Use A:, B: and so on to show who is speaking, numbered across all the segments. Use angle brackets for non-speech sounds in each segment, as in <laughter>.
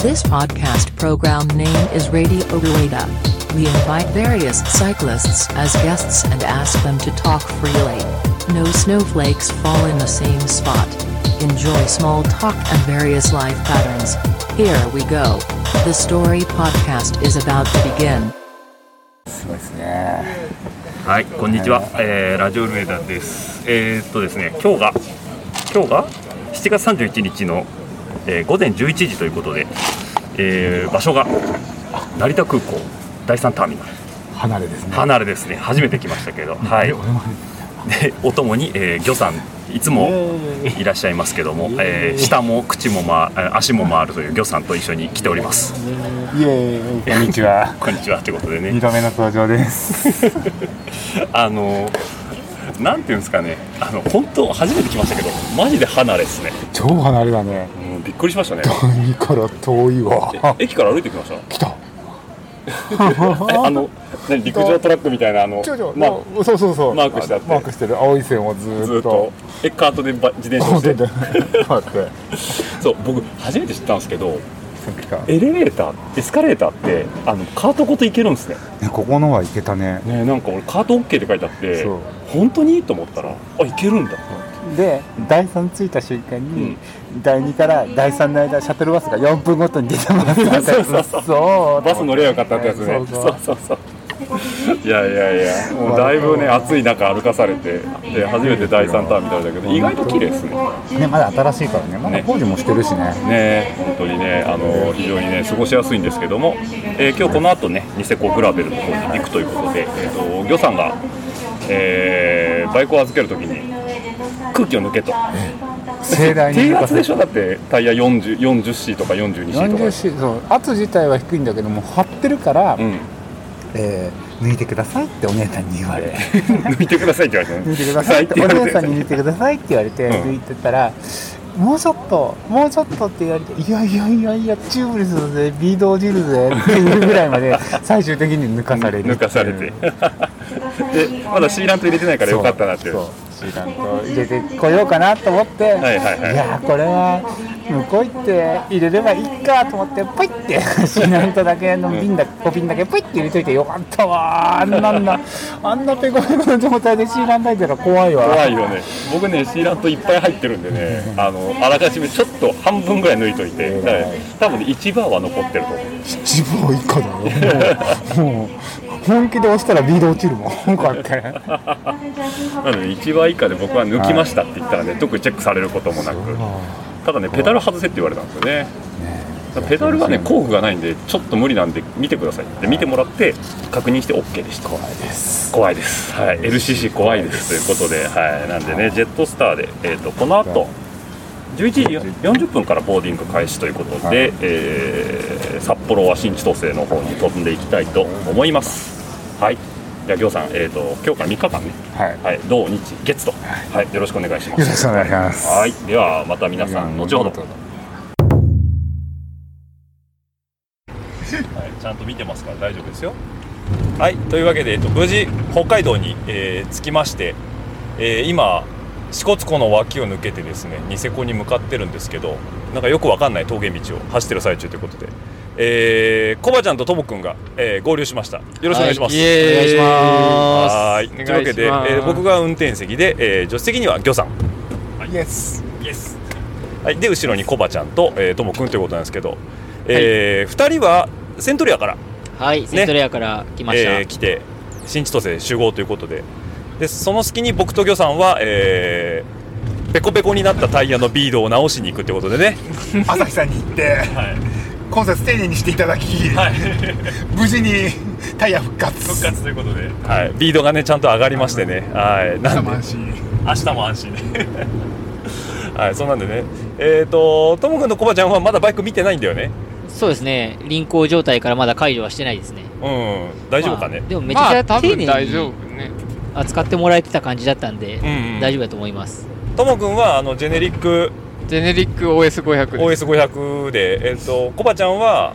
A: This podcast program name is Radio Rueda. We invite various cyclists as guests and ask them to talk freely. No snowflakes fall in the same spot. Enjoy small talk and various life patterns. Here we go. The story podcast is about to begin.
B: すごいですね。
C: はい、こんにちは、えーラジオルエダです。えーっとですね、今日が今日が7月31日の、えー午前11時ということで、えー場所が成田空港第3ターミナル
B: 離れですね。
C: 離れですね。初めて来ましたけど、 <laughs> はい。
B: 俺も
C: でお供に、えー、魚さんいつもいらっしゃいますけども、えー舌も口もまあ足も回るという魚さんと一緒に来ております。
B: イエーイ。こんにちは。
C: こんにちはということでね
B: 二。度目の登場です。
C: あのなんていうんですかねあの本当初めて来ましたけどマジで離れですね、
B: 超離れだね。
C: うん、びっくりしましたね
B: 何から遠いわ。
C: え駅から歩いてきました
B: 来た。
C: えあの何陸上トラックみたいなあの
B: ちょちょ、
C: ま
B: まあ、そうそうそう。
C: マークしてあって
B: マークしてる青い線をず
C: あず
B: ー
C: っ
B: っと
C: と。えカートでば自転車
B: こ
C: を
B: う出て
C: し
B: こうやって。
C: てそう僕初めて知ったんですけど
B: そっちか
C: エレベーターエスカレーターってあのカートごと行けるんですね
B: ねここのは行けたね。
C: ねなんか俺カート OK って書いてあって
B: そう
C: 本当にと思ったらあ行けるんだ
B: で第3着いた瞬間に、
C: うん
B: 第2から第3の間シャトルバスが4分ごとに出てます
C: そうそうそう <laughs> そう
B: そう
C: バス乗りゃよかったってやつね。
B: そ
C: そうう
B: そう
C: そうそう。いやいやいや、もうだいぶね、暑い中歩かされて、で初めて第3ターンみたいだけど、意外と綺麗ですね。
B: ねまだ新しいからねまだ
C: ね
B: 工事もしてるしね
C: ね、本当にね、あの非常にね、過ごしやすいんですけども、えー今日この後ね、ニセコグラベルの方に行くということで、えー、と魚さんが、えーバイクを預けるときに、空気を抜けと、
B: 盛
C: <laughs>
B: 大に
C: 低
B: 動か
C: 圧
B: せ
C: でしょ、だってタイヤ 40, 40C とか 42C とか。
B: 40そう圧自体は低いんだけども張ってるから、
C: うん、
B: えー抜いてくださいってお姉さんに言われ
C: 抜いてくださいって言われて、
B: 抜いてください <laughs> ってお
C: 言われ
B: 姉さんに抜いてくださいって言われて
C: うん
B: 抜いてたら、もうちょっともうちょっとって言われていやいやいやいやチューブレスだぜビードをじるぜっていうぐらいま
C: <laughs>
B: で最終的に抜かされるっていう
C: 抜かされてでまだシーラント入れてないからよかったなっていう
B: そうそうシーラント入れてこようかなと思って、
C: はいはいはい
B: やーこれは向こう行って入れればいいかと思ってポイってシーラントだけの瓶だ5瓶だけポイって入れといてよかったわーあんなんなあんなペコペコの状態でシーラント入ったら怖いわ
C: 怖いよね僕ねシーラントいっぱい入ってるんでねあのあらかじめちょっと半分ぐらい抜いといてだから多分ね1バーは残ってると思う
B: 自分以下だよもうもう本気で押したらビード落ちるもんこうやって
C: なので1バー以下で僕は抜きましたって言ったらね特にチェックされることもなくただねペダル外せって言われたんですよねだからペダルはね工具がないんでちょっと無理なんで見てくださいって見てもらって確認して OK でした怖いです怖いですはい LCC 怖いですということではいなんでねジェットスターでえっとこの後11時40分からボーディング開始ということで、
B: はい
C: えー札幌は新千歳の方に飛んでいきたいと思いますはいじゃあ行さん、えー、と今日から3日間ね
B: はいよ
C: はい、土日月と、はい、よろしくお願いしま
B: ろ
C: す。
B: しくお願いします
C: はい、ではまた皆さん後ほど。はい、ちゃんと見てますから大丈夫ですよ。はい、というわけで、えっと、無事北海道に、えー着きまして、えー今支笏湖の脇を抜けてですねニセコに向かってるんですけどなんかよくわかんない峠道を走ってる最中ということで、えー、コバちゃんとともくんが、えー合流しましたよろしくお願いします、
D: はイエーイ
C: はーい
D: お
C: と
D: 願いします
C: いうわけで、えー僕が運転席で、えー助手席には魚さん
B: イエス
C: イエスはい、で後ろにコバちゃんとえーとも、くんということなんですけど、えー2人はセントリアから、
D: はい、セントレアから来ました。
C: えー来て新千歳集合ということででその隙に僕と魚さんは、えーペコペコになったタイヤのビードを直しに行くってことでね、
E: 朝日さんに行って
C: はい
E: 今節丁寧にしていただき、無事にタイヤ復活
C: <laughs> 復活ということで、はい、ビードがねちゃんと上がりましてね、はい、なんで
E: 安心
C: 明日も安心ね <laughs> はいそうなんでねえっ、とともくんとコバちゃんはまだバイク見てないんだよね
D: そうですね、輪行状態からまだ解除はしてないですね。
C: うん大丈夫かね、
D: まあでもめちゃ
F: まあ
D: くちゃ
F: 多
D: 丁
F: 分
D: 寧
F: 大丈夫
D: に
F: ね
D: 扱ってもらえてた感じだったんで、
C: んうん
D: 大丈夫だと思います。
C: ともくんはあのジェネリック
F: ジェネリック OS500 です
C: OS500 で、えっとコバちゃんは、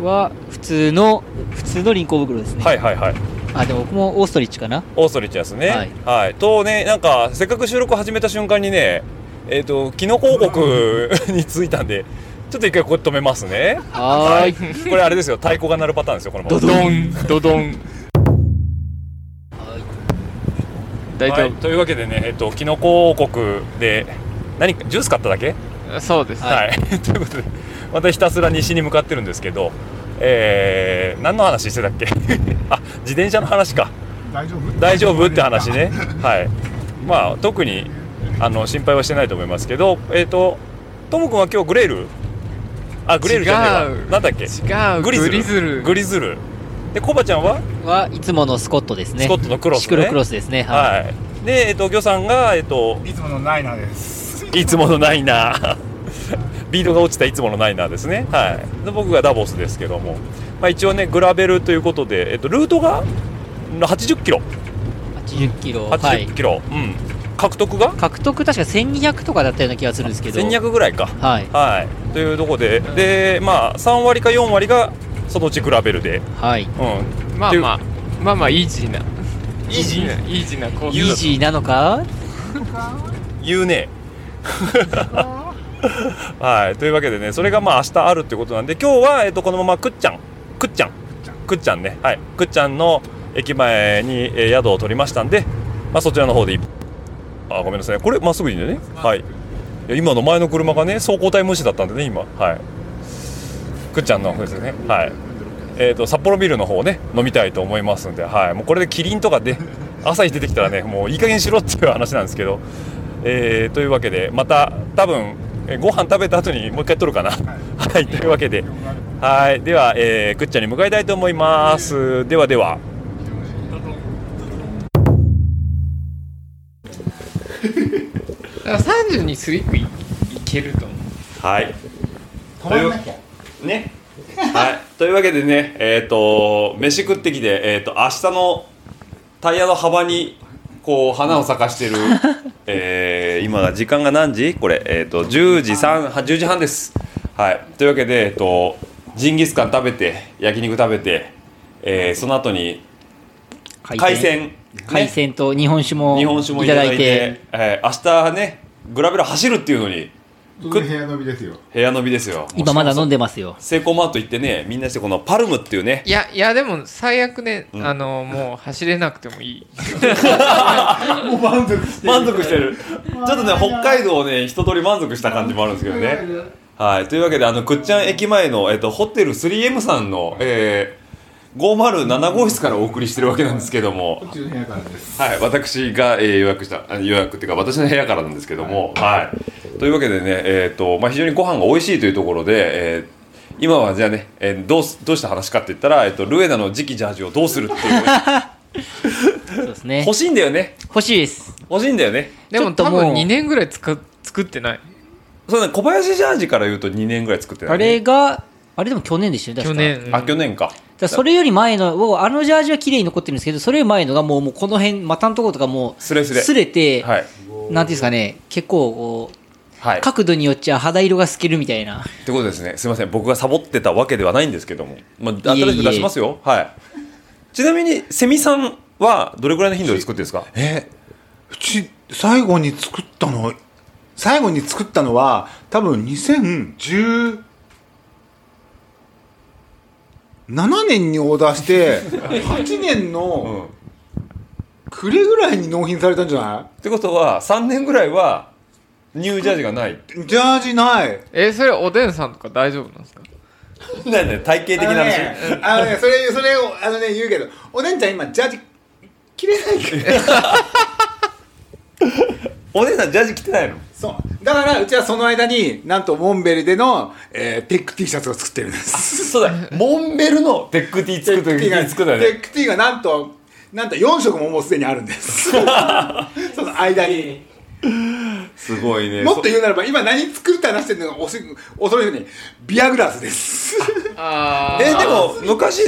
D: は普通の普通の輪行袋ですね。
C: はいはいはい、
D: あでも僕もオーストリッチかな。
C: オーストリッチですね、は
D: はいい
C: とね、なんか、
D: <laughs>
C: せっかく収録始めた瞬間にね、えっと昨日広告に着いたんで、ちょっと一回ここで止めますね
D: はーい
C: これあれですよ太鼓が鳴るパターンですよこのま
G: ド
C: ま
G: ドンドドン大
C: は
G: 体
C: い、、というわけでね、えっと、キノコ王国で何かジュース買っただけ
G: そうです、
C: はい、 <laughs> ということでまたひたすら西に向かってるんですけど、えー何の話してたっけ <laughs> あ自転車の話か
H: 大丈夫
C: 大丈夫って話ねはいまあ特にあの心配はしてないと思いますけどえっ、とトム君は今日グレールあグレールじゃねえ
G: 違
C: わ
G: う
C: なんだっけ
G: 違う
C: グリズル
G: グリズル
C: グリズルでコバちゃんは
D: はいつものスコットですね
C: スコットのクロスね
D: シクロクロスですねはい、
C: はいでえっ、と魚さんがえっ、と
H: いつものナイナーです
C: いつものないな <laughs> ビードが落ちたいつものないなですねはいで僕がダボスですけども、まあ、一応ねグラベルということで、えっと、ルートが80キロ
D: 80キロはい
C: 80キロ、うん獲得が
D: 獲得確か1200とかだったような気がするんですけど
C: 1200ぐらいか
D: はい
C: はいというとこででまあ3割か4割がそのうちグラベルで
D: はい
C: うん
G: まあまあまあまあイージーな
C: イージー
G: なイージーなコー
D: イージーなのか
C: 言うねはいというわけでねそれがまあ明日あるってことなんで今日は、えっと、このままくっちゃんくっちゃんくっちゃんねはいくっちゃんの駅前に、えー宿を取りましたんで、まあ、そちらの方でいあごめんなさいこれまっすぐいいんだよねはいいや今の前の車がね走行体無視だったんでね今はいくっちゃんの方ですよねはいえー、と札幌ビールの方をね飲みたいと思いますんで、はい、もうこれでキリンとかで朝日出てきたらねもういい加減しろっていう話なんですけど、えーというわけでまた多分えーご飯食べた後にもう一回撮るかな。はい、というわけではいでは、えー、くっちゃんに向かいたいと思います。ではでは
G: だから30にスリップいいけると思う
C: はい。というね。はい。というわけでね、えっ、と飯食ってきて、えっ、と明日のタイヤの幅にこう花を咲かして
D: <laughs>
C: る。えー、今が時間が何時？これえっ、と10時3、10時半です。はい。というわけでえっ、とジンギスカン食べて、焼肉食べて、えー、その後に海鮮。
D: 海
C: ね
D: 鮮と日本酒も
C: 日本酒もいただいて、えー、明日ねグラベル走るっていうのに
H: 部屋飲みですよ
C: 部屋飲みですよ
D: 今まだ飲んでますよ
C: セイコーマート行ってねみんなしてこのパルムっていうね
G: いやいやでも最悪ね、
C: ん
G: あのもう走れなくてもいい <laughs>
H: もう満足して
C: 満足してるちょっとね北海道をね一通り満足した感じもあるんですけどねはいというわけであのくっちゃん駅前の、えっとホテル 3M さんの、えー、507号室からお送りしてるわけなんですけども
H: 宇宙の部屋からです
C: はい、私が、えー予約したあ予約っていうか私の部屋からなんですけども、はい、というわけでね、えーとまあ、非常にご飯が美味しいというところで、えー今はじゃあね、えーどうすどうした話かって言ったら、えー、とルエナの次期ジャージをどうするっていう
H: <laughs>
C: ね
D: そうですね
C: 欲しいんだよね
D: 欲しいです
C: 欲しいんだよね
G: で
D: ちょ
G: も
D: っと
G: 多
D: もう
G: 分2年ぐらいつか作ってない
C: そうね小林ジャージから言うと2年ぐらい作ってな
D: あ
C: いね、
D: れがあれでも去年でしたよね確か
G: 去年うん
C: あ去年か
D: だからそれより前のもうあのジャージは綺麗に残ってるんですけどそれより前のがもうもうこの辺股のところとかもう
C: スレスレ
D: て、
C: はい、
D: なんていうんですかね結構こ、
C: はいう
D: 角度によっちゃ肌色が透けるみたいな
C: ってことですねすみません僕がサボってたわけではないんですけども、まあ、新しく出しますよはいちなみにセミさんはどれぐらいの頻度で作ってるんですか
H: えうち最後に作ったの最後に作ったのは多分2017年にオーダーして8年
C: うん
H: の暮れぐらいに納品されたんじゃな
C: ってことは3年ぐらいはニュージャージがない
H: いジャージない
G: えそれおでんさんとか大丈夫なんですか
C: なんだよ体系的な話、
H: あのねそれそれをあのね言うけどおでんちゃん今ジャージ着れないから
C: お姉さんジャージ着てないの
H: そうだからうちはその間になんとモンベルでの、えーテック T シャツを作ってるんです
C: そうだモンベルのテックティー作ってる
H: テック
C: 作ったよ
H: テ
C: ね
H: ックティーがなんとなんと4色ももうすでにあるんで
C: <laughs>
H: すその間に
C: すごいね
H: もっと言うならば今何作るって話してるのがおし恐ろしいねビアグラスです
G: あ
C: えでも昔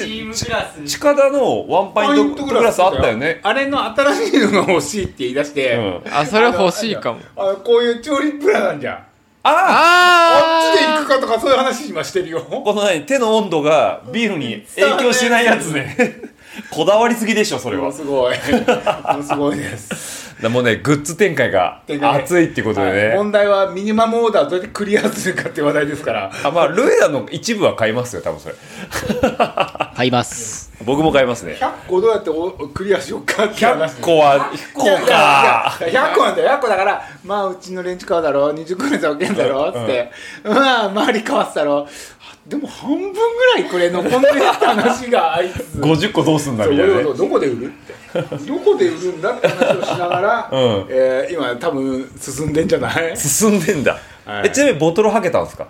C: 近田のワンパイントグラスあったよね
H: あれの新しいのが欲しいって言い出して、
C: うん
G: あそれ欲しいかも
H: あこういうチョーリップラなんじゃん
C: ああ
H: あっ
G: あ
H: ちで行くかとかそういう話今してるよ
C: <laughs> この何手の温度がビールに影響 <laughs> してないやつねこだわりすぎでしょそれは
H: すごいものすごいです
C: だもうねグッズ展開が
H: 展開
C: 熱いってことでね、
H: 問題はミニマムオーダーどうやってクリアするかって話題ですから
C: あまあルエダの一部は買いますよ多分それ
D: 買います。
C: 僕も買いますね
H: 100個どうやっておクリアしようかって話
C: 100個は
H: 個
C: 100個か
H: 100個なんだよ100個だからまあうちのレンチ買うだろ20個のやつは置けんだろっつって、まあ周り買わすだろでも半分ぐらいこれ残ってるって話があいつ
C: 50個どうすんだ
H: そう <laughs>
C: みたいな
H: 俺
C: ね
H: はどこで売るってどこで売るんだって話をしながら、
C: うん
H: えー今多分進んでんじゃない
C: 進んでんだ、
H: はい
C: えちなみにボトルはけたんですか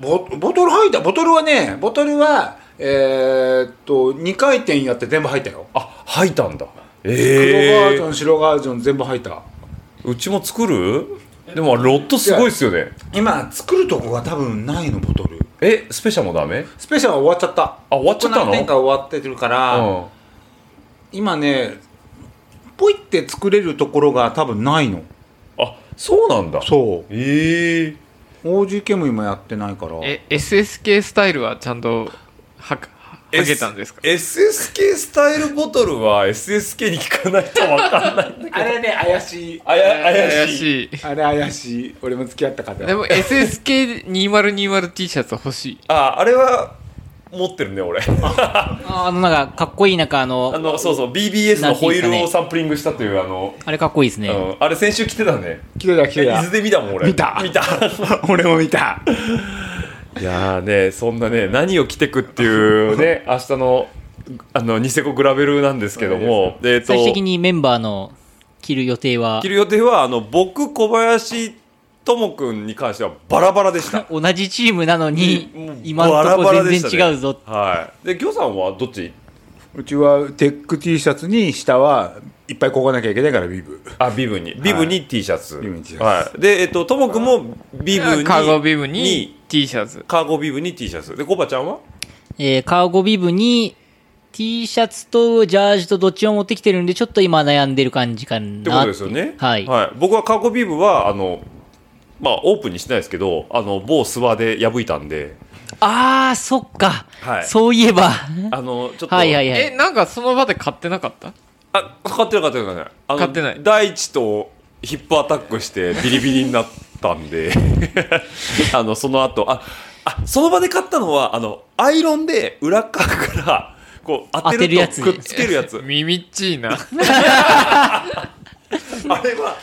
H: ボボトル入ったボトルはねボトルはえーっと2回転やって全部入ったよ
C: あ吐いたんだ
H: 黒バー
C: ええ
H: ジョン白バージョン全部入った
C: うちも作るでもロットすごいっすよね
H: 今作るとこが多分ないのボトル
C: えスペシャルもダメ
H: スペシャルは終わっちゃったあ
C: 終わっちゃったの
H: 何点か終わってるから、
C: うん
H: 今ねポイって作れるところが多分ないの
C: あそうなんだ
H: そ
C: ええ
H: う OGK も今やってないから
G: え SSK スタイルはちゃんとはかははげたんですか
C: SSK スタイルボトルは SSK に聞かないとわかんないんだけ
H: あれね怪しい
C: どあや怪
G: 怪
C: しい
G: しい
H: あれ怪しい俺も付き合った方
G: でも SSK2020T シャツ欲しい
C: ああれは持ってるね俺
D: ああの、なんか、かっこいい、なんかあの、
C: あのそうそう BBS のホイールをサンプリングしたというあの
D: あれかっこいいです
C: う
D: ね。
C: んあれ先週来てたね
H: 来てた来
C: い
H: て
C: や伊豆
H: た
C: で見たもん俺
H: 見た
C: 見た
H: 俺も見た
C: いやーねそんなね何を着てくっていうね明日のあのニセコグラベルなんですけどもえっと
D: 最終的にメンバーの着る予定は
C: 着、る予定はあの僕小林ともくんに関してはバラバラでした
D: 同じチームなの
C: もう
D: に、今のところ全然違うぞ。
C: はいで魚さんはどっち
H: うちはテック T シャツに下はいっぱいこがなきゃいけないからビブ
C: あビブにビブに T シャツ、
H: ビブに T シャツ
C: はい、でえっとともくんもビブに
G: カーゴビブに T シャツ
C: カーゴビブに T シャツでコバちゃんは
D: えー、カーゴビブに、T シャツとジャージとどっちも持ってきてるんで、ちょっと今悩んでる感じかな。
C: ってことですよね
D: はい。
C: 僕はカーゴビブはあのまあオープンにしてないですけどあの某諏訪で破いたんで
D: ああ、そっか。
C: はい
D: そうい
C: <laughs>
D: えば。
C: あのちょっと
D: はいはいは
G: え
D: い。
G: なんかその場で買ってなかった
C: あ買ってなかったよねあの
G: 買ってない
C: 大地とヒップアタックしてビリビリになったんで <laughs> あのその後ああその場で買ったのはあのアイロンで裏側からこう当て
D: 当てる
C: る
D: や
C: と
D: つね
C: くっつけるや
G: <laughs>
C: つ
G: 耳っちいな
C: あれは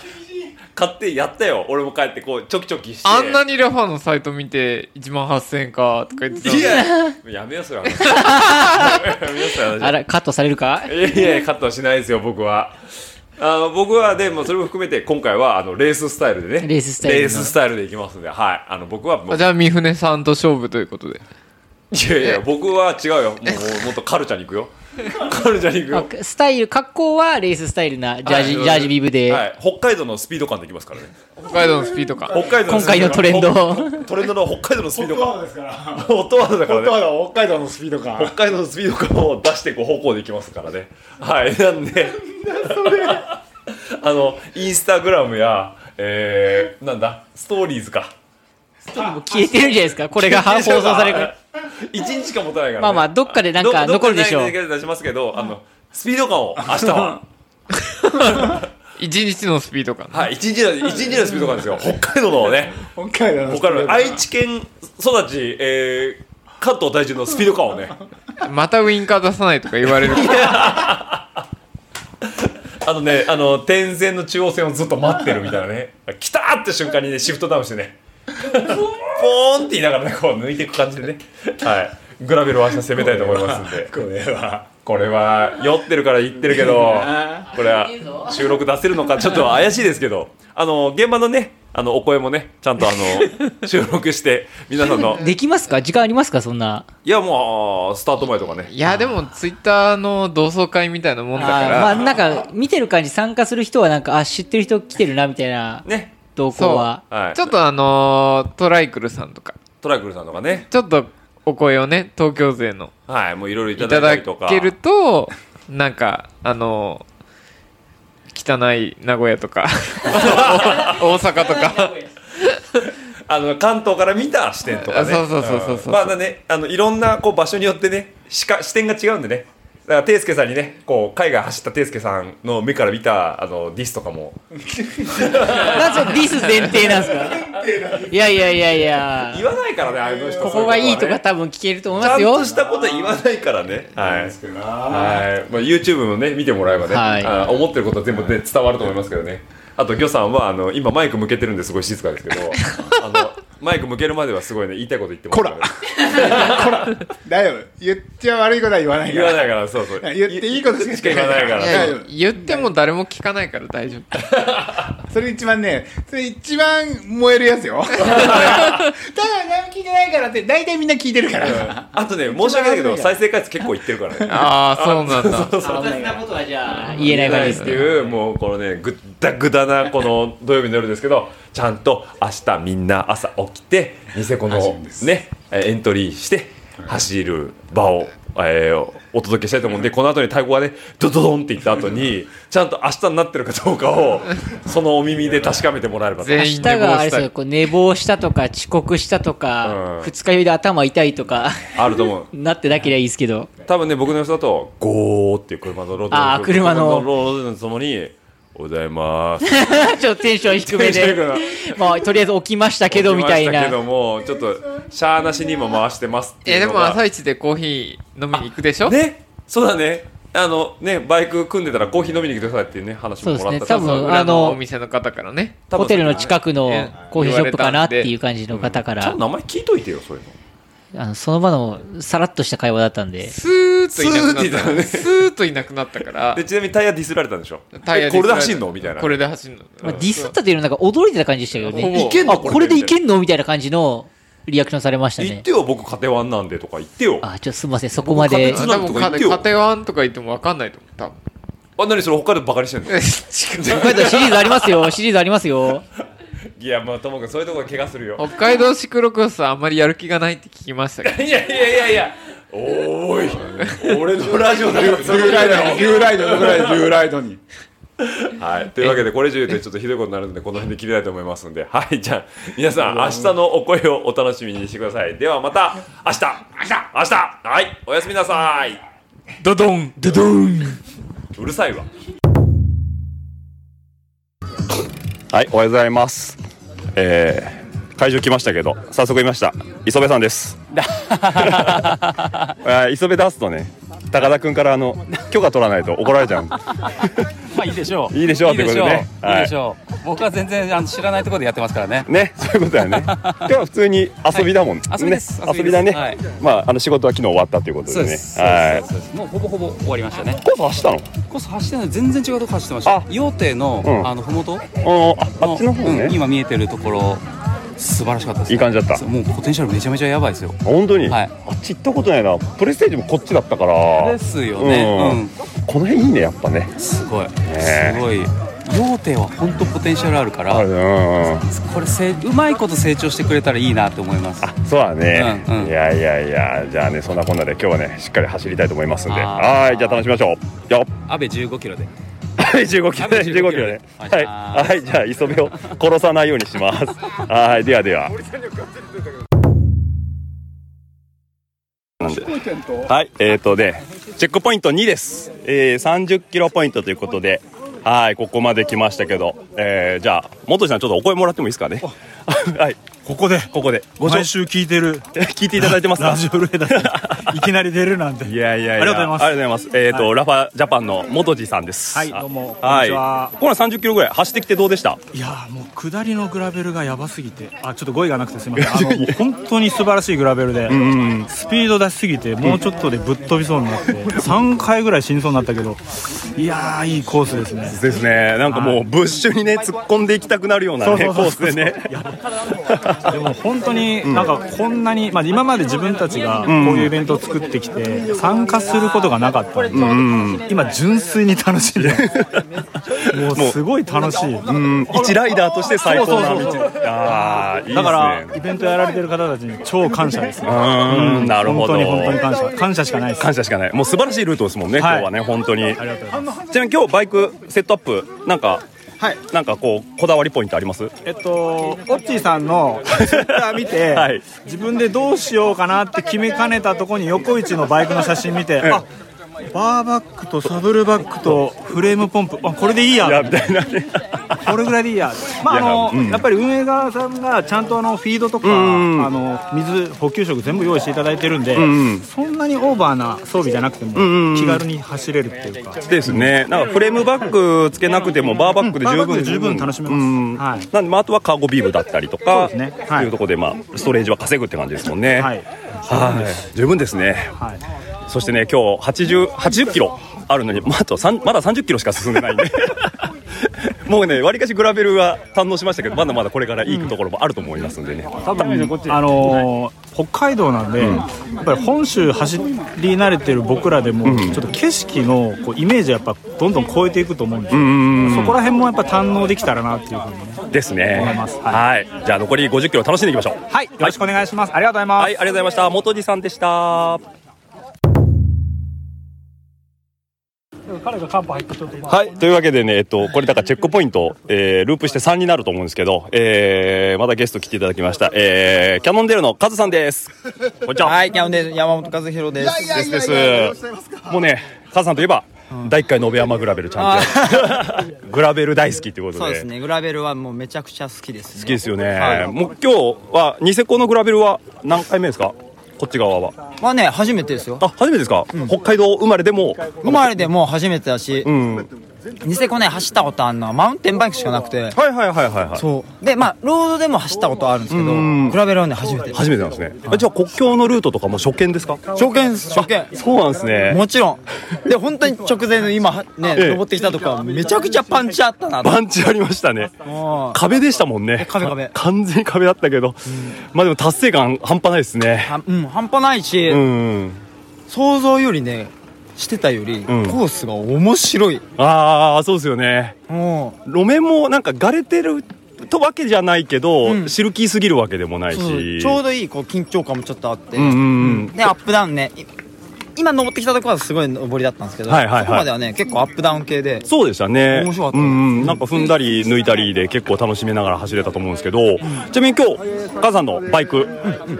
C: 買ってやったよ俺も帰ってこうチョキチョキして
G: あんなにラファのサイト見て1万8000円かとか言ってたの
C: い
G: に <laughs>
C: ややめようそれは <laughs> やめようそれは
D: あら、カットされるか
C: いやいや、カットはしないですよ、僕は。あの僕はでもそれも含めて今回はあのレーススタイルでね
D: レーススタイルの
C: レーススタイルでいきますんで、はい、あの僕はもう
G: あじゃあ三船さんと勝負ということで
C: いやいや僕は違うよもうもっとカルチャーに行くよカルチャーに行くよ
D: あスタイル、格好はレーススタイルなジャージ、
C: はい
D: ジャージビブで、
C: はい、北海道のスピード感できますからね
G: 北海道のスピードか
C: 北海道
D: 今回のトレンド
C: ほトレンドの北海道のスピード感
H: ですから
C: ホットワードだからね
H: 北海道のスピード感
C: 北海道のスピード感を出していく方向でいきますからねはいなんであのインスタグラムやえー、なんだストーリーズか
D: もう <laughs> 消えてるんじゃないですか、
C: <laughs>
D: これが放送される。
C: 一日しか持たないから、ね、
D: まあまあ、どっかでなんか
C: ど
D: 残るでしょ
C: どっ
D: う
C: か。ない出しますけどあのスピード感
D: <laughs>
C: を明日は
G: 一日のスピードか
C: はい一日
D: <laughs>
C: の一日のスピード感ですよ北海道のね
H: 北海道の
C: 北海道の愛知県育ち、えー、関東大中のスピード感をね
G: またウインカー出さないとか言われる
C: あのねあの点線の中央線をずっと待ってるみたいなね来たーって瞬間にねシフトダウンしてねポーンって言いながらねこう抜いていく感じでねはいグラベルを明日攻めたいと思いますんで
H: これは
C: これは酔ってるから言ってるけどこれは収録出せるのかちょっと怪しいですけどあの現場のねあのお声もねちゃんとあの収録して皆さんの
D: できますか時間ありますかそんな。
C: いやもうスタート前とかね
G: いやでもツイッターの同窓会みたいなもんだか
D: あー
G: ら
D: まあ、なんか、見てる感じ、参加する人はなんか、あ、知ってる人来てるな、みたいな
C: ね
D: 動向は。
C: はい
G: ちょっとあのートライクルさんとか
C: トライクルさんとかね
G: ちょっとお声をね東京勢の
C: はいもういろいろ
G: い
C: いた
G: た
C: だいた
G: だ
C: りとか
G: けるとなんかあのー汚い名古屋と <laughs> か大阪とか
C: あの関東から見た視点とかね
G: あそうそうそうそうそうん
C: まあねあのいろんなこう場所によってねしか視点が違うんでねだから、ていすけさんにね、こう、海外走ったていすけさんの目から見た、あの、ディスとかも、
D: なんでそのディス前提なんですかいやいやいやいや
C: 言わないからね、あの人。
D: ここがいいとか
C: ち
D: 多分聞けると思いま
C: ゃん
D: すよ
C: としたこと言わないからね。はい。はい。まあ、YouTube もね、見てもらえばね、
D: はい
C: あ思ってることは全部で伝わると思いますけどね。あと、ギョさんは、あの、今マイク向けてるんですごい静かですけ
D: <laughs>
C: ど、あの、マイク向けるまではすごいね、言いたいこと言ってますからね。
H: 大丈夫言っちゃ悪いことは言わないか
C: 言
H: ら
C: わないから、そうそう。
H: 言っていいことしか
C: 言わないから。
G: いや言っても誰も聞かないから大丈夫
H: それ一番ねそれ一番燃えるやつよただ何も聞いてないからって大体みんな聞いてるから
C: あとね、申し訳ないけど、再生回数結構いってるから
G: <laughs>
C: ね。
G: ああそうなんだ
D: そんなことはじゃあ言えない感じです
C: っていうもうこのねぐったぐだなこの土曜日の夜ですけどちゃんと明日みんな朝起きてニセコのねえーエントリーして走る場を、えーお届けしたいと思うんでこの後に太鼓がねドドドンって言った後にちゃんと明日になってるかどうかをそのお耳で確かめてもらえればと。
G: 全
D: 明
G: 員
D: 日
G: で
D: があれ
G: し
D: です
G: た
D: よこう寝坊したとか遅刻したとか、
C: うん
D: 二日酔いで頭痛いとか <laughs>
C: あると思う
D: なってなければいいですけど
C: 多分ね僕の予想だとゴーっていう車のロード
D: あー車
C: ロ
D: の
C: ードのともに「おはようございます」
D: ちょっとテンション低
C: テ
D: め
C: ンション低
D: <laughs> でまあとりあえず起きましたけどみたい
C: 起きましたけど
D: な
C: もちょっとシャーなしにも回してますって
G: え
C: い
G: で
C: うの
G: も
C: が
G: 朝一でコーヒー飲みに行くでしょ
C: ねそうだねあのねバイク組んでたらコーヒー飲みに来てくださいっていうね話ももらった
D: そうですね多
G: そう
D: 分
G: 裏の
D: あの
G: お店の方からね
C: 多分
D: ホテルの近くの
G: え
D: コーヒーショップかなっていう感じの方か
C: ちゃ
D: ら
C: んと、名前聞いといてよそういうの
D: あのその場のさらっとした会話だったんで
G: スーッといなくなっ
C: スー
G: た
C: ッていたね
G: スーッといなくなったから
C: でちなみにタイヤディスられたんでしょ
G: タイヤ
C: えこれで
G: スライ
C: 走
G: ド
C: んのみたいな
G: これで走んの
D: まあ、ディスったというよりなんか驚いてた感じでしたけど
G: ほぼ
D: ね。
G: いけ
C: んの
D: あ
C: これ
D: これでいけんのみたいな感じのリアクションされました
C: 言っ
D: ね。
C: てよ僕カテワンなんでとか言ってよあ
D: あ、ちょっとすみません、そこまで。
C: 僕
G: 多
C: 勝手に
G: 分
C: なんとか言ってよ
G: カテカテワンとか言っても分かんないと思う
C: <laughs>
G: 多分
C: 何それ他でバカにしてんの <laughs>
D: 北海道シリーズありますよ、シリーズありますよ。
C: いやまあともかくそういうとこは怪我するよ
G: 北海道シクロクロスはあんまりやる気がないって聞きましたけど
C: いやいやいやいやおーい <laughs> 俺のラジオだよ
H: ニューライドに <laughs> ニューライドにニューライドに
C: はい、というわけでこれ以上言うとちょっとひどいことになるのでこの辺で切りたいと思いますのではいじゃあ皆さん明日のお声をお楽しみにしてくださいではまた明日明日明日はいおやすみなさい
G: ドドンドドン
C: うるさいわ
I: はい、おはようございます。えー会場来ましたけど、早速いました。磯部さんです。
J: <laughs>
I: あー磯部出すとね、高田くんからあの許可取らないと怒られちゃう。
J: <laughs> まあいいでしょう。
I: いいでしょうってことでね
J: いいでしょう。僕は全然あの知らないところでやってますからね。
I: ね、そういうことだよ
J: <laughs>
I: ね。今日は普通に遊びだもん。ね
J: 遊びです
I: 遊びだね。
J: はい
I: まああの仕事は昨日終わったということでね。
J: はい
I: は
J: そうですもうほぼほぼ終わりましたね
I: い。。コース走ったの？
J: コース走ってない全然違うとこ走ってました
I: あ。
J: 洋亭の、
I: うん
J: あのふもと
I: あーああっちの方ね。
J: うん今見えてるところ素晴らしかったです。
I: いい感じだった
J: そうもうポテンシャルめちゃめちゃやばいですよ。
I: 本当に、
J: はい
I: あっち行ったことないな。プレステージもこっちだったから。
J: ですよね。うん。
I: うん、この辺いいねやっぱね。
J: すごい。
I: え
J: すごい。洋亭は本当ポテンシャルあるか
I: あ
J: ら、
I: うんうん。
J: これせうまいこと成長してくれたらいいなと思います。
I: そうだね、
J: うんうん
I: いやいやいやじゃあねそんなこんなで今日はねしっかり走りたいと思いますんで
J: あー
I: はーいじゃあ楽しみましょうよっ
J: 安倍15キロで。
I: <laughs> はい15キロで
J: 15キロ
I: 15キロで
J: お願いし
I: はい
J: ます
I: はいじゃあ磯部を殺さないようにします
J: <laughs>
I: はーいではではなんではいえっ、ー、とねチェックポイント2です、えー、30キロポイントということではいここまで来ましたけど、えー、じゃあ元さんちょっとお声もらってもいいですかね <laughs> はい
K: ここで、
I: ここでご
K: 毎
I: 紹
K: 週聞いてる
I: 介聞いていただいてますか
K: ラジオルエダにいきなり出るなんて。
I: いやいやいや。
K: ありがとうございます
I: ありがとうございます。えっ、と、ラファジャパンの元地さんです。
K: はいどうも
I: あ。
K: こんにちはい
I: この30キロぐらい走ってきてどうでした
K: いやーもう下りのグラベルがやばすぎて、あ、ちょっと語彙がなくてすみません。あの、本当に素晴らしいグラベルで、スピード出しすぎて、もうちょっとでぶっ飛びそうになって、3回ぐらい死にそうになったけど、いやー、いいコースですね。
I: ですね。なんかもうブッシュにね、突っ込んでいきたくなるようなね、コースでね。
K: でも本当になんかこんなに、まあ、今まで自分たちがこういうイベントを作ってきて参加することがなかったので、今純粋に楽しん
I: <laughs>
K: でますもうすごい楽しい、
I: うん、一ライダーとして最高な
K: そうそうそうそ
I: 道。ああ、いいですね。
K: だからイベントやられてる方たちに超感謝です、ね、
I: うーん、なる
K: 本
I: ほど
K: 当に。本当に感謝感謝しかないです
I: 感謝しかない。もう素晴らしいルートですもんね、
K: はい
I: 今日はね、本当に。ち
K: あ
I: な
K: りがとうございます
I: みに今日バイクセットアップ、なんか、
H: はい
I: なんかこう、こだわりポイントあります
K: えっと、オッチーさんのツイッター見て、
I: はい
K: 自分でどうしようかなって決めかねたところに横一のバイクの写真見て、あバーバックとサブルバックとフレームポンプあこれでいいやみたいなこれぐらいでいいやまああの
L: いやうん
K: やっぱり運営側さんがちゃんとあのフィードとか、
L: うん
K: あの水補給食全部用意していただいてるんで、
I: うんうん
K: そんなにオーバーな装備じゃなくても
I: うんうんうん
K: 気軽に走れるっていうか、
I: ですねなんかフレームバックつけなくてもバーバックで十分、十分楽しめます、うんなんで、まあ、あとはカーゴビームだったりとかっていうところで、まあ、ストレージは稼ぐって感じですもんねはい、十分ですね、そしてね今日80 80キロあるのに、まあ、あと3まだ30キロしか進ん
K: <laughs>
I: でないんでもうねわりかしグラベルは堪能しましたけどまだまだこれからいいところもあると思いますんでね、
K: 多分あのー北海道なんで、やっぱり本州走り慣れてる僕らでも、ちょっと景色のこうイメージはやっぱどんどん超えていくと思うんですよ、
I: うんうんうん
K: そこら辺もやっぱ堪能できたらなっていうふうに
I: ですね
K: 思います
I: はい、じゃあ残り50キロ楽しんでいきましょう
K: はいよろしくお願いします、ありがとうございます、
I: はいありがとうございました元次さんでした
M: 彼がカンパ入ってちょっと
I: はい、というわけでね、えっと、これだからチェックポイント、えーループして3になると思うんですけど、えーまだゲスト来ていただきました、えーキャノンデールのカズさんです。こんにちは。はい、キャノンデール山本和弘です
B: いやいやいや
I: です
B: いやいやいらっ
I: です。もうね、カズさんといえば、第1回延山グラベルチャンピオン。グラベル大好きということ
B: そう
I: で。
B: ですねグラベルはもうめちゃくちゃ好きですね
I: 好きですよね。
B: はい
I: もう今日は、ニセコのグラベルは何回目ですかこっち側は。
B: まあね初めてですよ
I: あ、初めてですか、北海道生まれでも
B: 生まれでもう初めてだし、ニセコね走ったことあるのはマウンテンバイクしかなくてはい
I: はいはいはい、はい、
B: そうでまあロードでも走ったことあるんですけどグラベルはね初めて
I: 初めてなんですね。あじゃあ国境のルートとかも初見ですか
B: 初見です初見
I: そうなんですね
B: もちろんで本当に直前の今ね、
I: ええ
B: 登ってきたとこはめちゃくちゃパンチあったな
I: パンチありましたね
B: もう
I: 壁でしたもんね
B: 壁壁
I: 完全に壁だったけど、まあでも達成感半端ないですね
B: はうん半端ないし、
I: うん
B: 想像よりねしてたより、コースが面白い
I: ああそうですよね路面もなんかがれてるとわけじゃないけど、シルキーすぎるわけでもない
B: そう
I: し
B: ちょうどいいこう緊張感もちょっとあって、
I: うんうんうん
B: でアップダウンねい今登ってきたところはすごい登りだったんですけど、
I: はいはいはい
B: そこまではね結構アップダウン系で
I: そうでしたね
B: 面白かった
I: うんうん、なんか踏んだり抜いたりで結構楽しめながら走れたと思うんですけど、ちなみに今日母さんのバイク、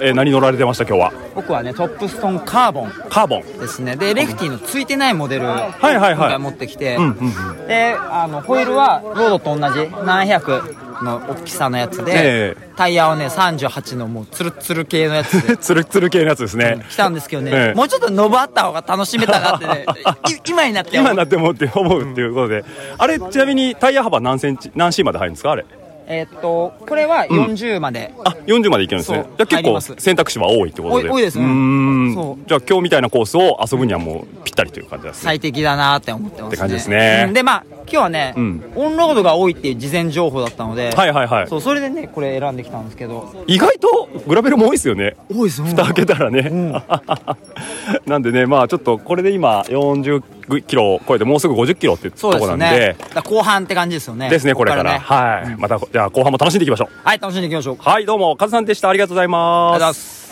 I: えー何乗られてました今日は
B: 僕はねトップストーンカーボン
I: カーボン
B: ですねでレフティーのついてないモデルを今
I: はいはい
B: 回持ってきて、
I: うんうんうん
B: であのホイールはロードと同じ700の大きさのやつで、
I: え
B: タイヤはね38のもうツルツル系のや
I: <laughs>
B: つで
I: つるつる系のやつですね、
B: 来たんですけどね、
I: ええ
B: もうちょっと伸ばった方が楽しめたなって
I: <laughs>
B: ねい今になって
I: 今になってもって思うっていうことで、あれちなみにタイヤ幅何センチ何 C まで入るんですかあれ
B: えーっとこれは40まで、
I: あ40までいけるんですね
B: そう
I: じゃあ結
B: 入りま
I: 構
B: す
I: 選択肢は多いってことで
B: 多い多いですね
I: うーん
B: そ
I: じゃあ今日みたいなコースを遊ぶにはもうぴったりという感じですね
B: 最適だなって思ってますね
I: って感じですね
B: うんでまあ今日はね、
I: うん
B: オンロードが多いっていう事前情報だったので
I: はいはいはい
B: そうそれでねこれ選んできたんですけど
I: 意外とグラベルも多いですよね
B: 多いです
I: 蓋開けたらね、 <laughs> なんでねまあちょっとこれで今40キロを超えてもうすぐ50キロっていうと
B: そう
I: こ
B: で
I: な
B: すね
I: んで
B: だから後半って感じですよね
I: ですねこれから
B: ね
I: はい、またじゃあ後半も楽しんでいきましょう
B: はい楽しんでいきましょう
I: はいどうもカズさんでしたありがとうございます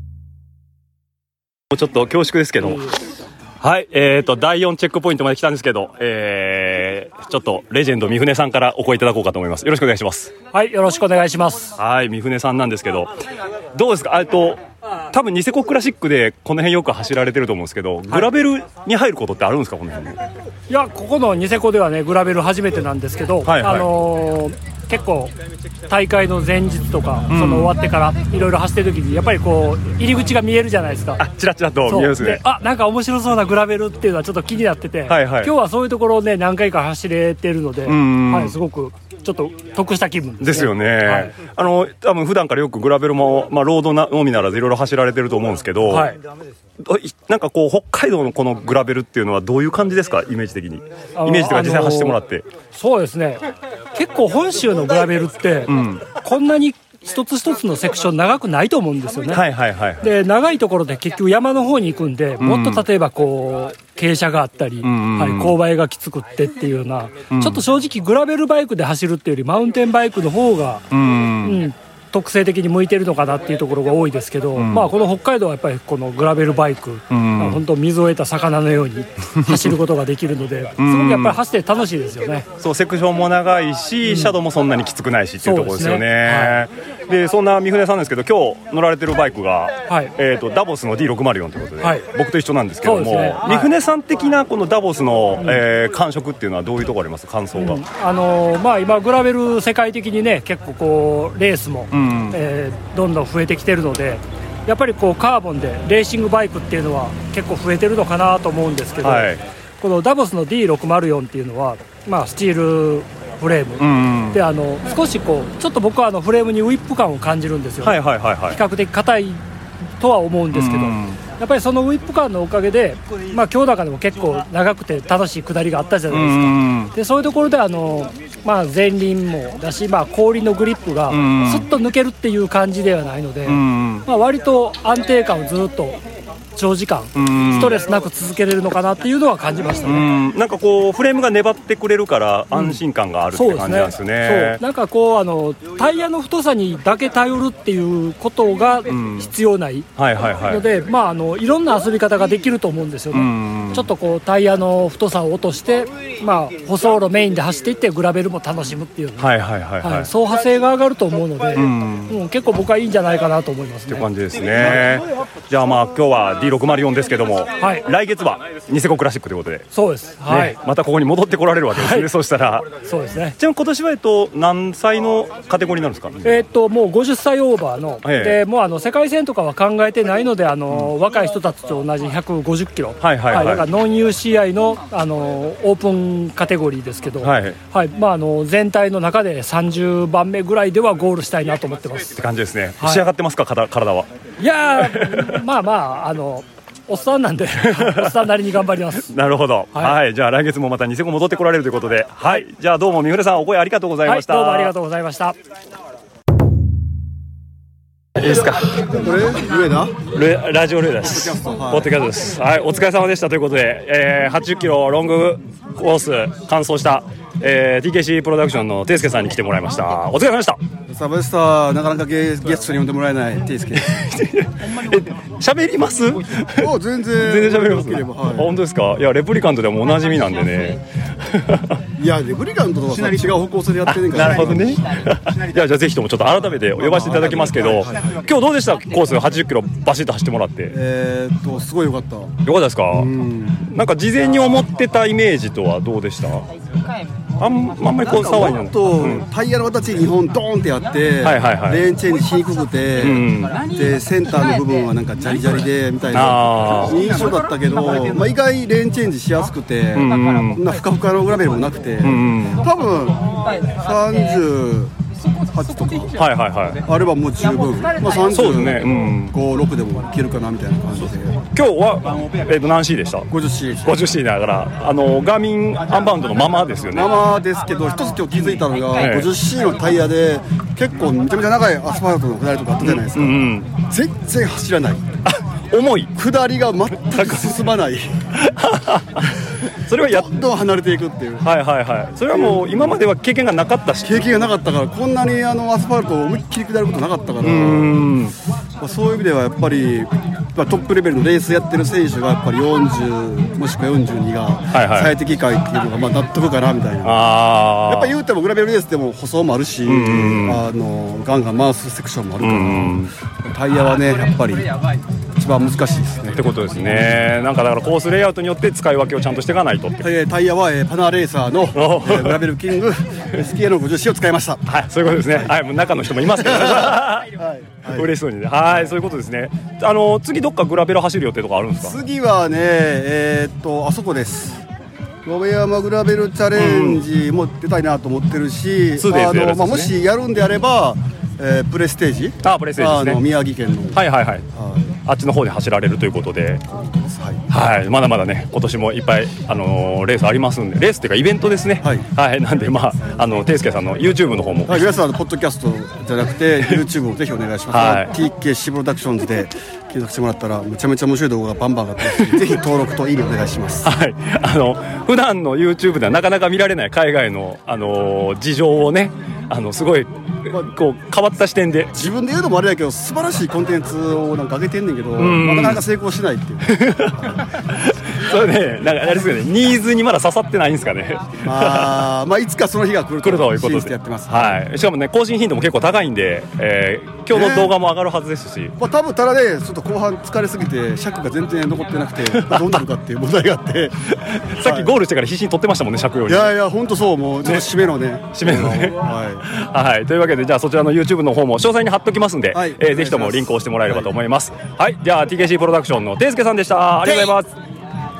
I: もうちょっと恐縮ですけど、はい、えー、と、第4チェックポイントまで来たんですけど、えー、ちょっとレジェンド三船さんからお声いただこうかと思います。よろしくお願いします。
M: はいよろしくお願いします
I: はい、三船さんなんですけど、どうですかえっと、多分ニセコクラシックでこの辺よく走られてると思うんですけど、グラベルに入ることってあるんですかこの辺に。
M: いやここのニセコではねグラベル初めてなんですけど、
I: はいはい
M: あのー結構大会の前日とか、
I: うん
M: その終わってからいろいろ走ってる時にやっぱりこう入り口が見えるじゃないですかあ
I: ちらちらと見えますね
M: あなんか面白そうなグラベルっていうのはちょっと気になってて、
I: はいはい
M: 今日はそういうところをね何回か走れてるので、
I: うんうん
M: はい、すごくちょっと得した気分です,、ね、
I: ですよね、
M: はい
I: あの多分普段からよくグラベルも、まあ、ロードなのみならずいろいろ走られてると思うんですけど、
M: はい
I: どいなんかこう北海道のこのグラベルっていうのはどういう感じですかイメージ的にイメ
M: あの
I: ージというか実際走ってもらって、
M: そうですね結構本州のグラベルって、
I: うん
M: こんなに一つ一つのセクション長くないと思うんですよね、
I: はいはいはい
M: で長いところで結局山の方に行くんで、
I: うん
M: もっと例えばこう傾斜があったり、
I: んうんうん
M: はい、勾配がきつくってっていうような、
I: うん
M: ちょっと正直グラベルバイクで走るっていうよりマウンテンバイクの方が、
I: うん
M: うん
A: 特性的に向いてるのかなっていうところが多いですけど、
N: うん
A: まあ、この北海道はやっぱりこのグラベルバイク、
N: うん
A: まあ本当水を得た魚のように <laughs> 走ることができるの
I: <laughs>
A: で、すごくやっぱり走って楽しいですよね。
I: そうセクションも長いし、シャドウもそんなにきつくないしっていうところですよね。そでそんな三船さんですけど、今日乗られてるバイクが、えっ、とダボスの D604 ということで、
A: はい
I: 僕と一緒なんですけど
A: そう
I: も、
A: ですねはい
I: 三船さん的なこのダボスの、えー感触っていうのはどういうところあります？感想が。
A: あのーまあ、今、グラベル世界的にね結構こうレースも、
I: うん
A: えーどんどん増えてきてるのでやっぱりこうカーボンでレーシングバイクっていうのは結構増えてるのかなと思うんですけど、
I: はい
A: このダボスの D604 っていうのは、まあ、スチールフレーム、
I: うん
A: であの少しこうちょっと僕はあのフレームにウィップ感を感じるんですよ、
I: はいはいはいはい。
A: 比較的硬いとは思うんですけど、
I: うん
A: やっぱりそのウィップ感のおかげで、まあ、今日なんかでも結構長くて楽しい下りがあったじゃないですか。でそういうところであの、まあ、前輪もだし、まあ、後輪のグリップが
I: うん
A: すっと抜けるっていう感じではないので、
I: うん
A: まあ、割と安定感をずっと長時間
I: うん
A: ストレスなく続けれるのかなっていうのは感じました
I: う
A: ね。
I: ん、なんかこうフレームが粘ってくれるから安心感があるって感じなんですね。
A: そうなんかこうあのタイヤの太さにだけ頼るっていうことが必要ない
I: はいはいはい。
A: ので、いまあ、あのいろんな遊び方ができると思うんですよね、
I: うん
A: ちょっとこうタイヤの太さを落として、まあ、舗装路メインで走っていってグラベルも楽しむっていうね
I: はいはいはいはい。
A: はい、走破性が上がると思うので、
I: うん
A: うん結構僕はいいんじゃないかなと思いますね。
I: 感じですね。じゃあまあ今日は D604 ですけども、
A: はい
I: 来月はニセコクラシックということで、
A: そうです、はい、
I: ね、またここに戻ってこられるわけですね。そうしたら、
A: そうですね。
I: ちなみに今年はえっと何歳のカテゴリーなんですか。
A: えーっともう50歳オーバーの、
I: ええ
A: でもうあの世界戦とかは考えてないので、あの若い人たちと同じ150キロ、
I: はいはいはい
A: だからノン UCI のあのオープンカテゴリーですけど、
I: はい。っ
A: はいまあ、あの全体の中で30番目ぐらいではゴールしたいなと思ってます。
I: て感じですね。仕上がってますか、体体は。
A: いやー、まあまあ、あのおっさんなん
I: <laughs>
A: で、おっさんなりに頑張ります。
I: なるほど。はい、じゃあ来月もまたニセコ戻ってこられるということで、はい。じゃあどうも三船さんお声ありがとうございました。
A: はい、どうもありがとうございました。
I: いいですか。
H: 上だ
I: ルラジオルーダです。ポッドキャストです。はい、お疲れ様でしたということで、えー、80キロロングコース完走した、えー、TKC プロダクションのていすけさんに来てもらいました。お疲れ様でした。
H: サブスターなかなかゲゲストに呼んでもらえないテイスケ
I: 喋ります
H: お全然
I: 全然喋りま
H: よ
I: す、
H: けれ
I: ね
H: ば
I: あ本当ですか。いや、レプリカントでもおなじみなんでね。
H: <laughs> いやレブリカントとはさ違う方向性でやってねえから
I: なるほどね。いや、じゃあぜひともちょっと改めて呼ばせていただきますけど、今日どうでしたコース80キロバシッと走ってもらって。
H: えーっとすごい良かった
I: よかったですか、なんか事前に思ってたイメージとはどうでしたあんあんまりこう騒いな
H: なん
I: の
H: かもっとタイヤの形2本ドーンってやって、
I: はいはいはい
H: レーンチェンジしにくくて、
I: うん
H: でセンターの部分はなんかジャリジャリでみたい
I: あ
H: な
I: ー
H: 印象だったけど、まあ、意外レーンチェンジしやすくて、
I: うんうん
H: そんなふかふかのグラベルもなくて、多分38とか、
I: はいはいはい
H: あればもう十分、まあ、
I: そうですね
H: 35、
I: う
H: 6でもいけるかなみたいな感じで
I: 今日は、えー、と何 C でした
H: 50C
I: 50C だからあのガーミンアンバウンドのままですよね
H: まあまあですけど一つ今日気づいたのが、
I: はい
H: 50C のタイヤで結構めちゃめちゃ長いアスファルトの下りとかあったじゃないですか、全然走らない
I: 重い
H: 下りが全く進まない
I: それはや
H: どんどん離れていくっていう
I: はいはいはいそれはもう今までは経験がなかったし
H: 経験がなかったからこんなにあのアスファルトを思いっきり下ることなかったからまあそういう意味ではやっぱり、まあ、トップレベルのレースやってる選手がやっぱり40もしくは42
I: いは
H: が
I: い
H: 最適解っていうのがまあ納得かなみたいな、
I: あー
H: やっぱ言うてもグラベルレースでも舗装もあるし、
I: うん
H: あのガンガン回すセクションもあるから、
I: うん
H: タイヤはねやっぱり一番難しいですね。
I: ってことですねなんかだからコースレイアウトによって使い分けをちゃんとしていかないとって
H: タイヤタイヤは、えーパナーレーサーの、えーグラベルキン
I: <laughs>
H: グ SKA の 50C を使いました。
I: はい、そういうことですね。はい、もう中の人もいますけど、ね。 <laughs> 嬉しそうにね。はい、そういうことですね。あの次どっかグラベル走る予定とかあるんですか。
H: 次はね、えーっと、あそこです。野辺山グラベルチャレンジも出たいなと思ってるし、
I: そうで
H: あ
I: す
H: の
I: やるんですね
H: まあ、もしやるんであれば、えープレステージ
I: あ、プレステージですね
H: あの宮城県の
I: はいはいはい。あっちの方で走られるということで、はい、まだまだね、今年もいっぱいあのーレースありますんで、レースっていうかイベントですね。はい、なんでまああのテイスケさんの YouTube の方も、
H: はい、皆さんあのポッドキャストじゃなくて YouTube をぜひお願いします、
I: はい
H: TKC プロダクションズで検索してもらったらめちゃめちゃ面白い動画がバンバン上がって
C: <laughs>
H: ますしぜひ登録といいねお願いします
I: はい、あの普段の YouTube ではなかなか見られない海外の、あのー事情をねあのすごい
C: こう変わった視点で
I: 自分で言うのもあれだけど素晴らしいコンテンツをなんか上げてんねんけど、
C: ん
I: まあなかなか成功しないっていう
C: <laughs> そうねなんかあれですよねニーズにまだ刺さってないんですかね
I: まあ、まあ、いつかその日が来る
C: 来るということ
I: 信じて
C: で
I: やってます、
C: はい、しかもね更新頻度も結構高いんで、えー今日の動画も上がるはずですし、
I: まあ、多分ただねちょっと後半疲れすぎて尺が全然残ってなくてどうなるかっていう問題があって
C: <laughs> さっきゴールしてから必死に撮ってましたもんね尺用
I: い
C: に
I: やいや本当そうもうちょっと締めのね
C: 締めのね <laughs> はい、というわけでじゃあそちらの YouTube の方も詳細に貼っときますんで、えーぜひともリンクを押してもらえればと思いますはい、じゃあ TKC プロダクションのていすけさんでしたありがとうございま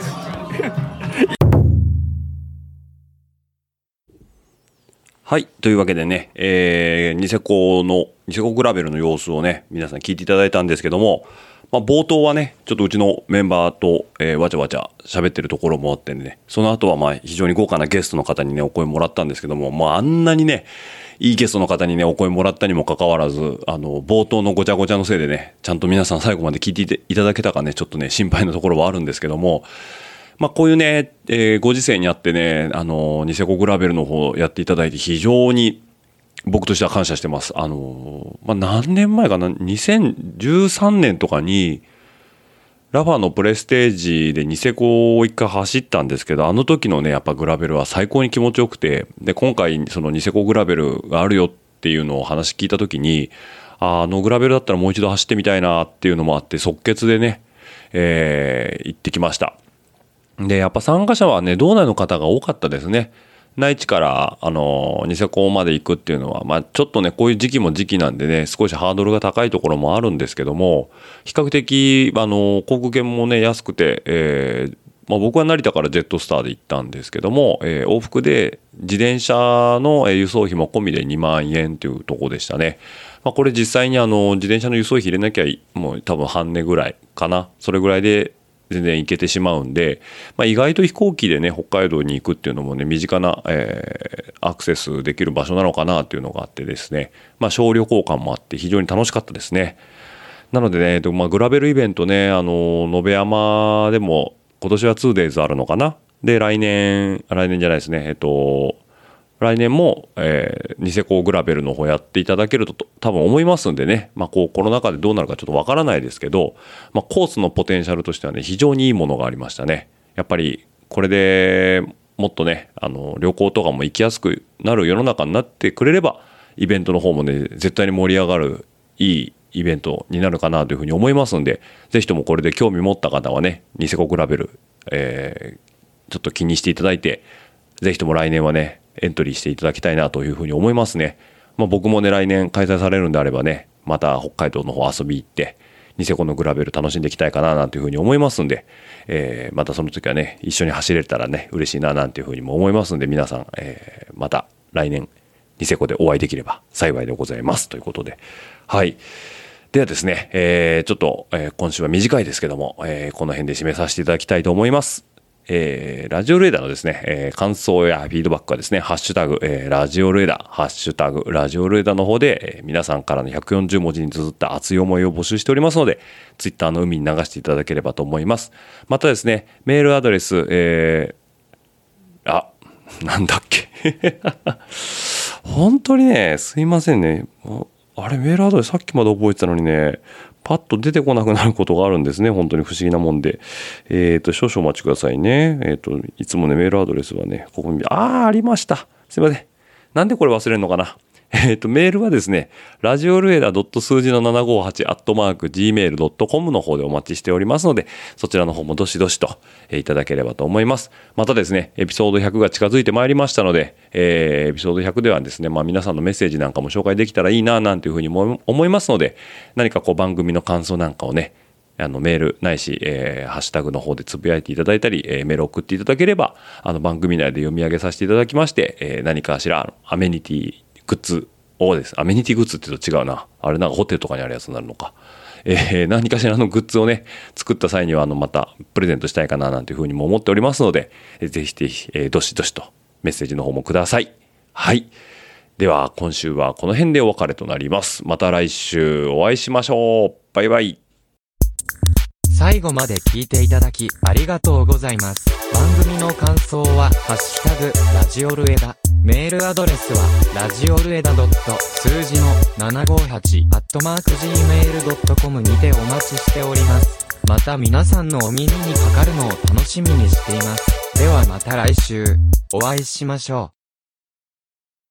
C: すはい。というわけでね、えー、ニセコの、ニセコグラベルの様子をね、皆さん聞いていただいたんですけども、まあ、冒頭はね、ちょっとうちのメンバーと、えーわちゃわちゃ喋ってるところもあってね、その後はまあ、非常に豪華なゲストの方にね、お声もらったんですけども、まあ、あんなにね、いいゲストの方にね、お声もらったにもかかわらず、あの、冒頭のごちゃごちゃのせいでね、ちゃんと皆さん最後まで聞いていていただけたかね、ちょっとね、心配なところはあるんですけども、まあ、こういうね、えーご時世にあってね、あの、ニセコグラベルの方やっていただいて非常に僕としては感謝してます。あの、まあ、何年前かな、2013年とかに、ラファのプレステージでニセコを一回走ったんですけど、あの時のね、やっぱグラベルは最高に気持ちよくて、で、今回そのニセコグラベルがあるよっていうのを話聞いた時に、ああのグラベルだったらもう一度走ってみたいなっていうのもあって、即決でね、えー行ってきました。で、やっぱ参加者はね、道内の方が多かったですね。内地から、あの、ニセコまで行くっていうのは、まあ、ちょっとね、こういう時期も時期なんでね、少しハードルが高いところもあるんですけども、比較的、あの、航空券もね、安くて、えーまあ、僕は成田からジェットスターで行ったんですけども、えー往復で自転車のえー輸送費も込みで2万円というところでしたね。まあ、これ実際にあの自転車の輸送費入れなきゃいもう多分半値ぐらいかな。それぐらいで全然行けてしまうんで、まあ、意外と飛行機でね、北海道に行くっていうのもね、身近な、えーアクセスできる場所なのかなっていうのがあってですね、まあ、小旅行感もあって非常に楽しかったですね。なのでね、えっとまあ、グラベルイベントね、あの、延山でも、今年は 2days あるのかなで、来年、来年じゃないですね、えっと、来年も、えーニセコグラベルの方やっていただけるとと多分思いますんでね、まあ、こうコロナ禍でどうなるかちょっとわからないですけど、まあ、コースのポテンシャルとしてはね非常にいいものがありましたねやっぱりこれでもっとねあの旅行とかも行きやすくなる世の中になってくれればイベントの方もね絶対に盛り上がるいいイベントになるかなというふうに思いますんでぜひともこれで興味持った方はねニセコグラベル、えーちょっと気にしていただいてぜひとも来年はね、エントリーしていただきたいなというふうに思いますね。まあ、僕もね、来年開催されるんであればね、また北海道の方遊び行って、ニセコのグラベル楽しんでいきたいかななんていうふうに思いますんで、えーまたその時はね、一緒に走れたらね、嬉しいななんていうふうにも思いますんで、皆さん、えーまた来年、ニセコでお会いできれば幸いでございます。ということで、はい。ではですね、えーちょっと、えー今週は短いですけども、えーこの辺で締めさせていただきたいと思います。えーラジオルエダのですね、えー感想やフィードバックはですね、ハッシュタグ、えーラジオルエダ、ハッシュタグ、ラジオルエダの方で、えー皆さんからの140文字に綴った熱い思いを募集しておりますので、ツイッターの海に流していただければと思います。またですね、メールアドレス、えーあ、なんだっけ。本当にね、すいませんね。ああれ、メールアドレスさっきまで覚えてたのにね、パッと出てこなくなることがあるんですね。本当に不思議なもんで。えっ、と、少々お待ちくださいね。えっ、と、いつもね、メールアドレスはね、ここに、あー、ありました。すいません。なんでこれ忘れるのかな。えっ、と、メールはですね、ラジオルエダ数字の758アットマーク gmail.com の方でお待ちしておりますので、そちらの方もどしどしと、えーいただければと思います。またですね、エピソード100が近づいてまいりましたので、えーエピソード100ではですね、まあ皆さんのメッセージなんかも紹介できたらいいな、なんていうふうにも思いますので、何かこう番組の感想なんかをね、あのメールないし、えーハッシュタグの方でつぶやいていただいたり、えーメールを送っていただければ、あの番組内で読み上げさせていただきまして、えー何かしらあのアメニティグッズをです。アメニティグッズって言うと違うな。あれなんかホテルとかにあるやつになるのか。えー何かしらのグッズをね、作った際には、あの、またプレゼントしたいかななんていうふうにも思っておりますので、えーぜひぜひ、えーどしどしとメッセージの方もください。はい。では、今週はこの辺でお別れとなります。また来週お会いしましょう。バイバイ。
G: 最後まで聞いていただきありがとうございます。番組の感想は、ハッシュタグ、ラジオルエダ、
B: メールアドレスは、ラジオルエダ数字の758アットマーク Gmail.com にてお待ちしております。また皆さんのお耳にかかるのを楽しみにしています。ではまた来週、お会いしましょう。